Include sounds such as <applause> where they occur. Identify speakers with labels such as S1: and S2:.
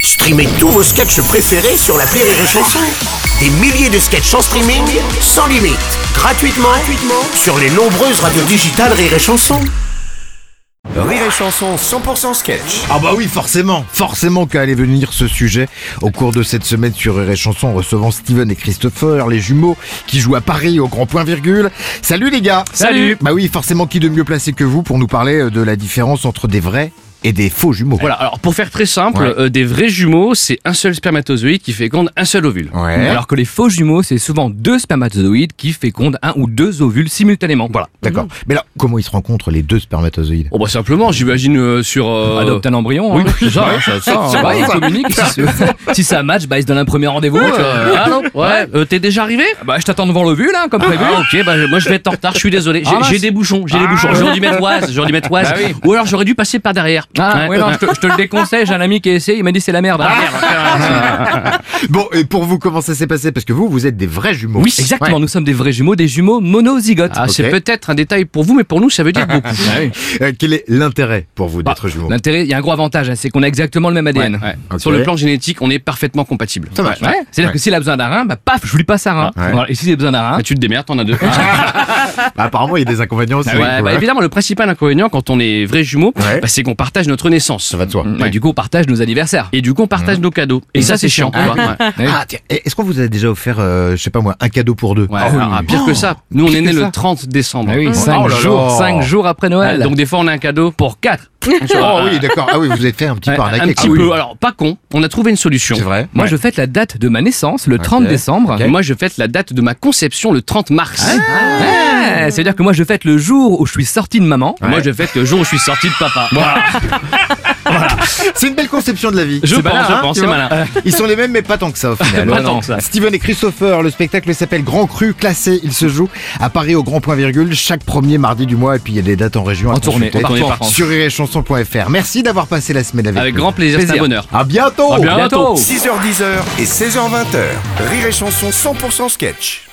S1: Streamez tous vos sketchs préférés sur la Rire et Chanson. Des milliers de sketchs en streaming, sans limite, gratuitement, gratuitement sur les nombreuses radios digitales Rire et Chanson. Rire et Chanson 100% sketch.
S2: Ah bah oui, forcément, forcément qu'à allait venir ce sujet au cours de cette semaine sur Rire et Chanson en recevant Steven et Christopher, les jumeaux qui jouent à Paris au grand point virgule. Salut les gars
S3: Salut.
S2: Bah oui, forcément qui de mieux placé que vous pour nous parler euh, de la différence entre des vrais et des faux jumeaux.
S3: Voilà, alors pour faire très simple,
S2: Ouais.
S3: euh, des vrais jumeaux, c'est un seul spermatozoïde qui féconde un seul ovule.
S2: Ouais.
S3: Alors que les faux jumeaux, c'est souvent deux spermatozoïdes qui fécondent un ou deux ovules simultanément. Voilà.
S2: D'accord.
S3: Mhm.
S2: Mais là, comment ils se rencontrent les deux spermatozoïdes
S3: Oh bah simplement, j'imagine euh, sur... euh,
S4: adopte un embryon.
S3: Oui,
S4: hein.
S3: c'est ça, hein, ça, ça, hein.
S4: Ça va,
S3: Ouais,
S4: ils
S3: ça-
S4: communiquent. si,
S3: <laughs>
S4: ce- si ça match, bah, ils se donnent un premier rendez-vous.
S3: Euh,
S4: euh,
S3: allô Ouais, euh, t'es déjà arrivé
S4: bah, je t'attends devant l'ovule, hein, comme prévu.
S3: Ah, ok, bah, moi je vais être en retard, je suis désolé. J'ai
S4: Ah, mince.
S3: j'ai des bouchons, j'ai des bouchons. J'aurais dû mettre oise, j'aurais dû mettre
S4: <laughs>
S3: oise.
S4: Bah oui.
S3: Ou alors j'aurais dû passer par derrière.
S4: Ah, ouais, non, je te, je te le déconseille, j'ai un ami qui a essayé, il m'a dit c'est la merde. Ah,
S2: Bon, et pour vous, comment ça s'est passé Parce que vous, vous êtes des vrais jumeaux.
S4: Oui, exactement, nous sommes des vrais jumeaux, des jumeaux monozygotes.
S3: Ah, c'est
S2: Ok.
S3: peut-être un détail pour vous, mais pour nous, ça veut dire beaucoup.
S4: <laughs>
S2: Euh, quel est l'intérêt pour vous
S3: Bah,
S2: d'être jumeaux
S4: L'intérêt, il y a un gros avantage, hein, c'est qu'on a exactement le même ADN.
S3: Ouais.
S2: Ok.
S3: Sur le plan génétique, on est parfaitement compatibles.
S2: Ça marche.
S4: Ouais, C'est-à-dire
S2: Ouais.
S4: que s'il a besoin d'un rein, bah paf, je lui passe un rein.
S2: Ouais.
S4: Voilà, et si il a besoin d'un rein,
S3: Ah, tu te démerdes, t'en as deux.
S2: Bah, apparemment, il y a des inconvénients aussi.
S3: Ah, Ouais, bah, évidemment, le principal inconvénient quand on est vrais jumeaux,
S2: Ouais.
S3: bah, c'est qu'on partage notre naissance.
S2: Ça va de soi.
S4: bah, du coup, on partage nos anniversaires.
S3: Et du coup, on partage nos cadeaux. Mmh. Et, ça, c'est chiant. tu vois. Ouais.
S2: Ah, tiens, est-ce qu'on vous a déjà offert, euh, je sais pas moi, un cadeau pour deux
S3: Ouais, alors, ah, pire que ça, nous on
S2: Pire
S3: est
S2: que
S3: né
S2: ça.
S3: le 30 décembre.
S4: Ah oui,
S3: Ouais.
S4: 5
S2: Oh là là.
S4: jours, cinq jours après
S3: Ah,
S4: Noël.
S3: donc des fois on a un cadeau pour 4. <laughs>
S2: Oh oui, d'accord. Ah oui, vous êtes fait un petit peu
S3: un
S2: arnaquer. Ah
S3: petit
S2: quoi.
S3: peu. Alors pas con, on a trouvé une solution.
S2: C'est vrai.
S4: Moi, je fête la date de ma naissance, le 30
S2: Ok.
S4: décembre.
S2: Ok.
S3: Moi je fête la date de ma conception le 30 mars.
S2: Ah.
S4: Ouais, c'est-à-dire que moi je fête le jour où je suis sorti de maman.
S2: Ah,
S3: Moi je fête le jour où je suis sorti de papa. Voilà.
S2: C'est une belle conception de la vie.
S3: Je
S2: C'est
S3: pense,
S2: malin,
S3: je
S2: hein,
S3: pense,
S2: tu
S3: c'est
S2: vois.
S3: malin.
S2: Ils sont les mêmes, mais pas tant que
S3: <laughs>
S2: ça au final.
S3: Pas
S2: Ouais,
S3: tant
S2: non.
S3: que ça.
S2: Steven et Christopher, le spectacle s'appelle Grand Cru classé. Il se joue à Paris au Grand Point Virgule chaque premier mardi du mois. Et puis il y a des dates en région. à
S4: En tournée,
S2: consulter
S4: en tournée par
S2: sur iréchanson.fr. Merci d'avoir passé la semaine avec,
S3: Avec
S2: nous.
S3: grand plaisir, c'est un
S4: Plaisir.
S3: bonheur.
S2: À bientôt.
S3: À bientôt.
S1: 6h10 et 16h20. Rire et Chanson 100% sketch.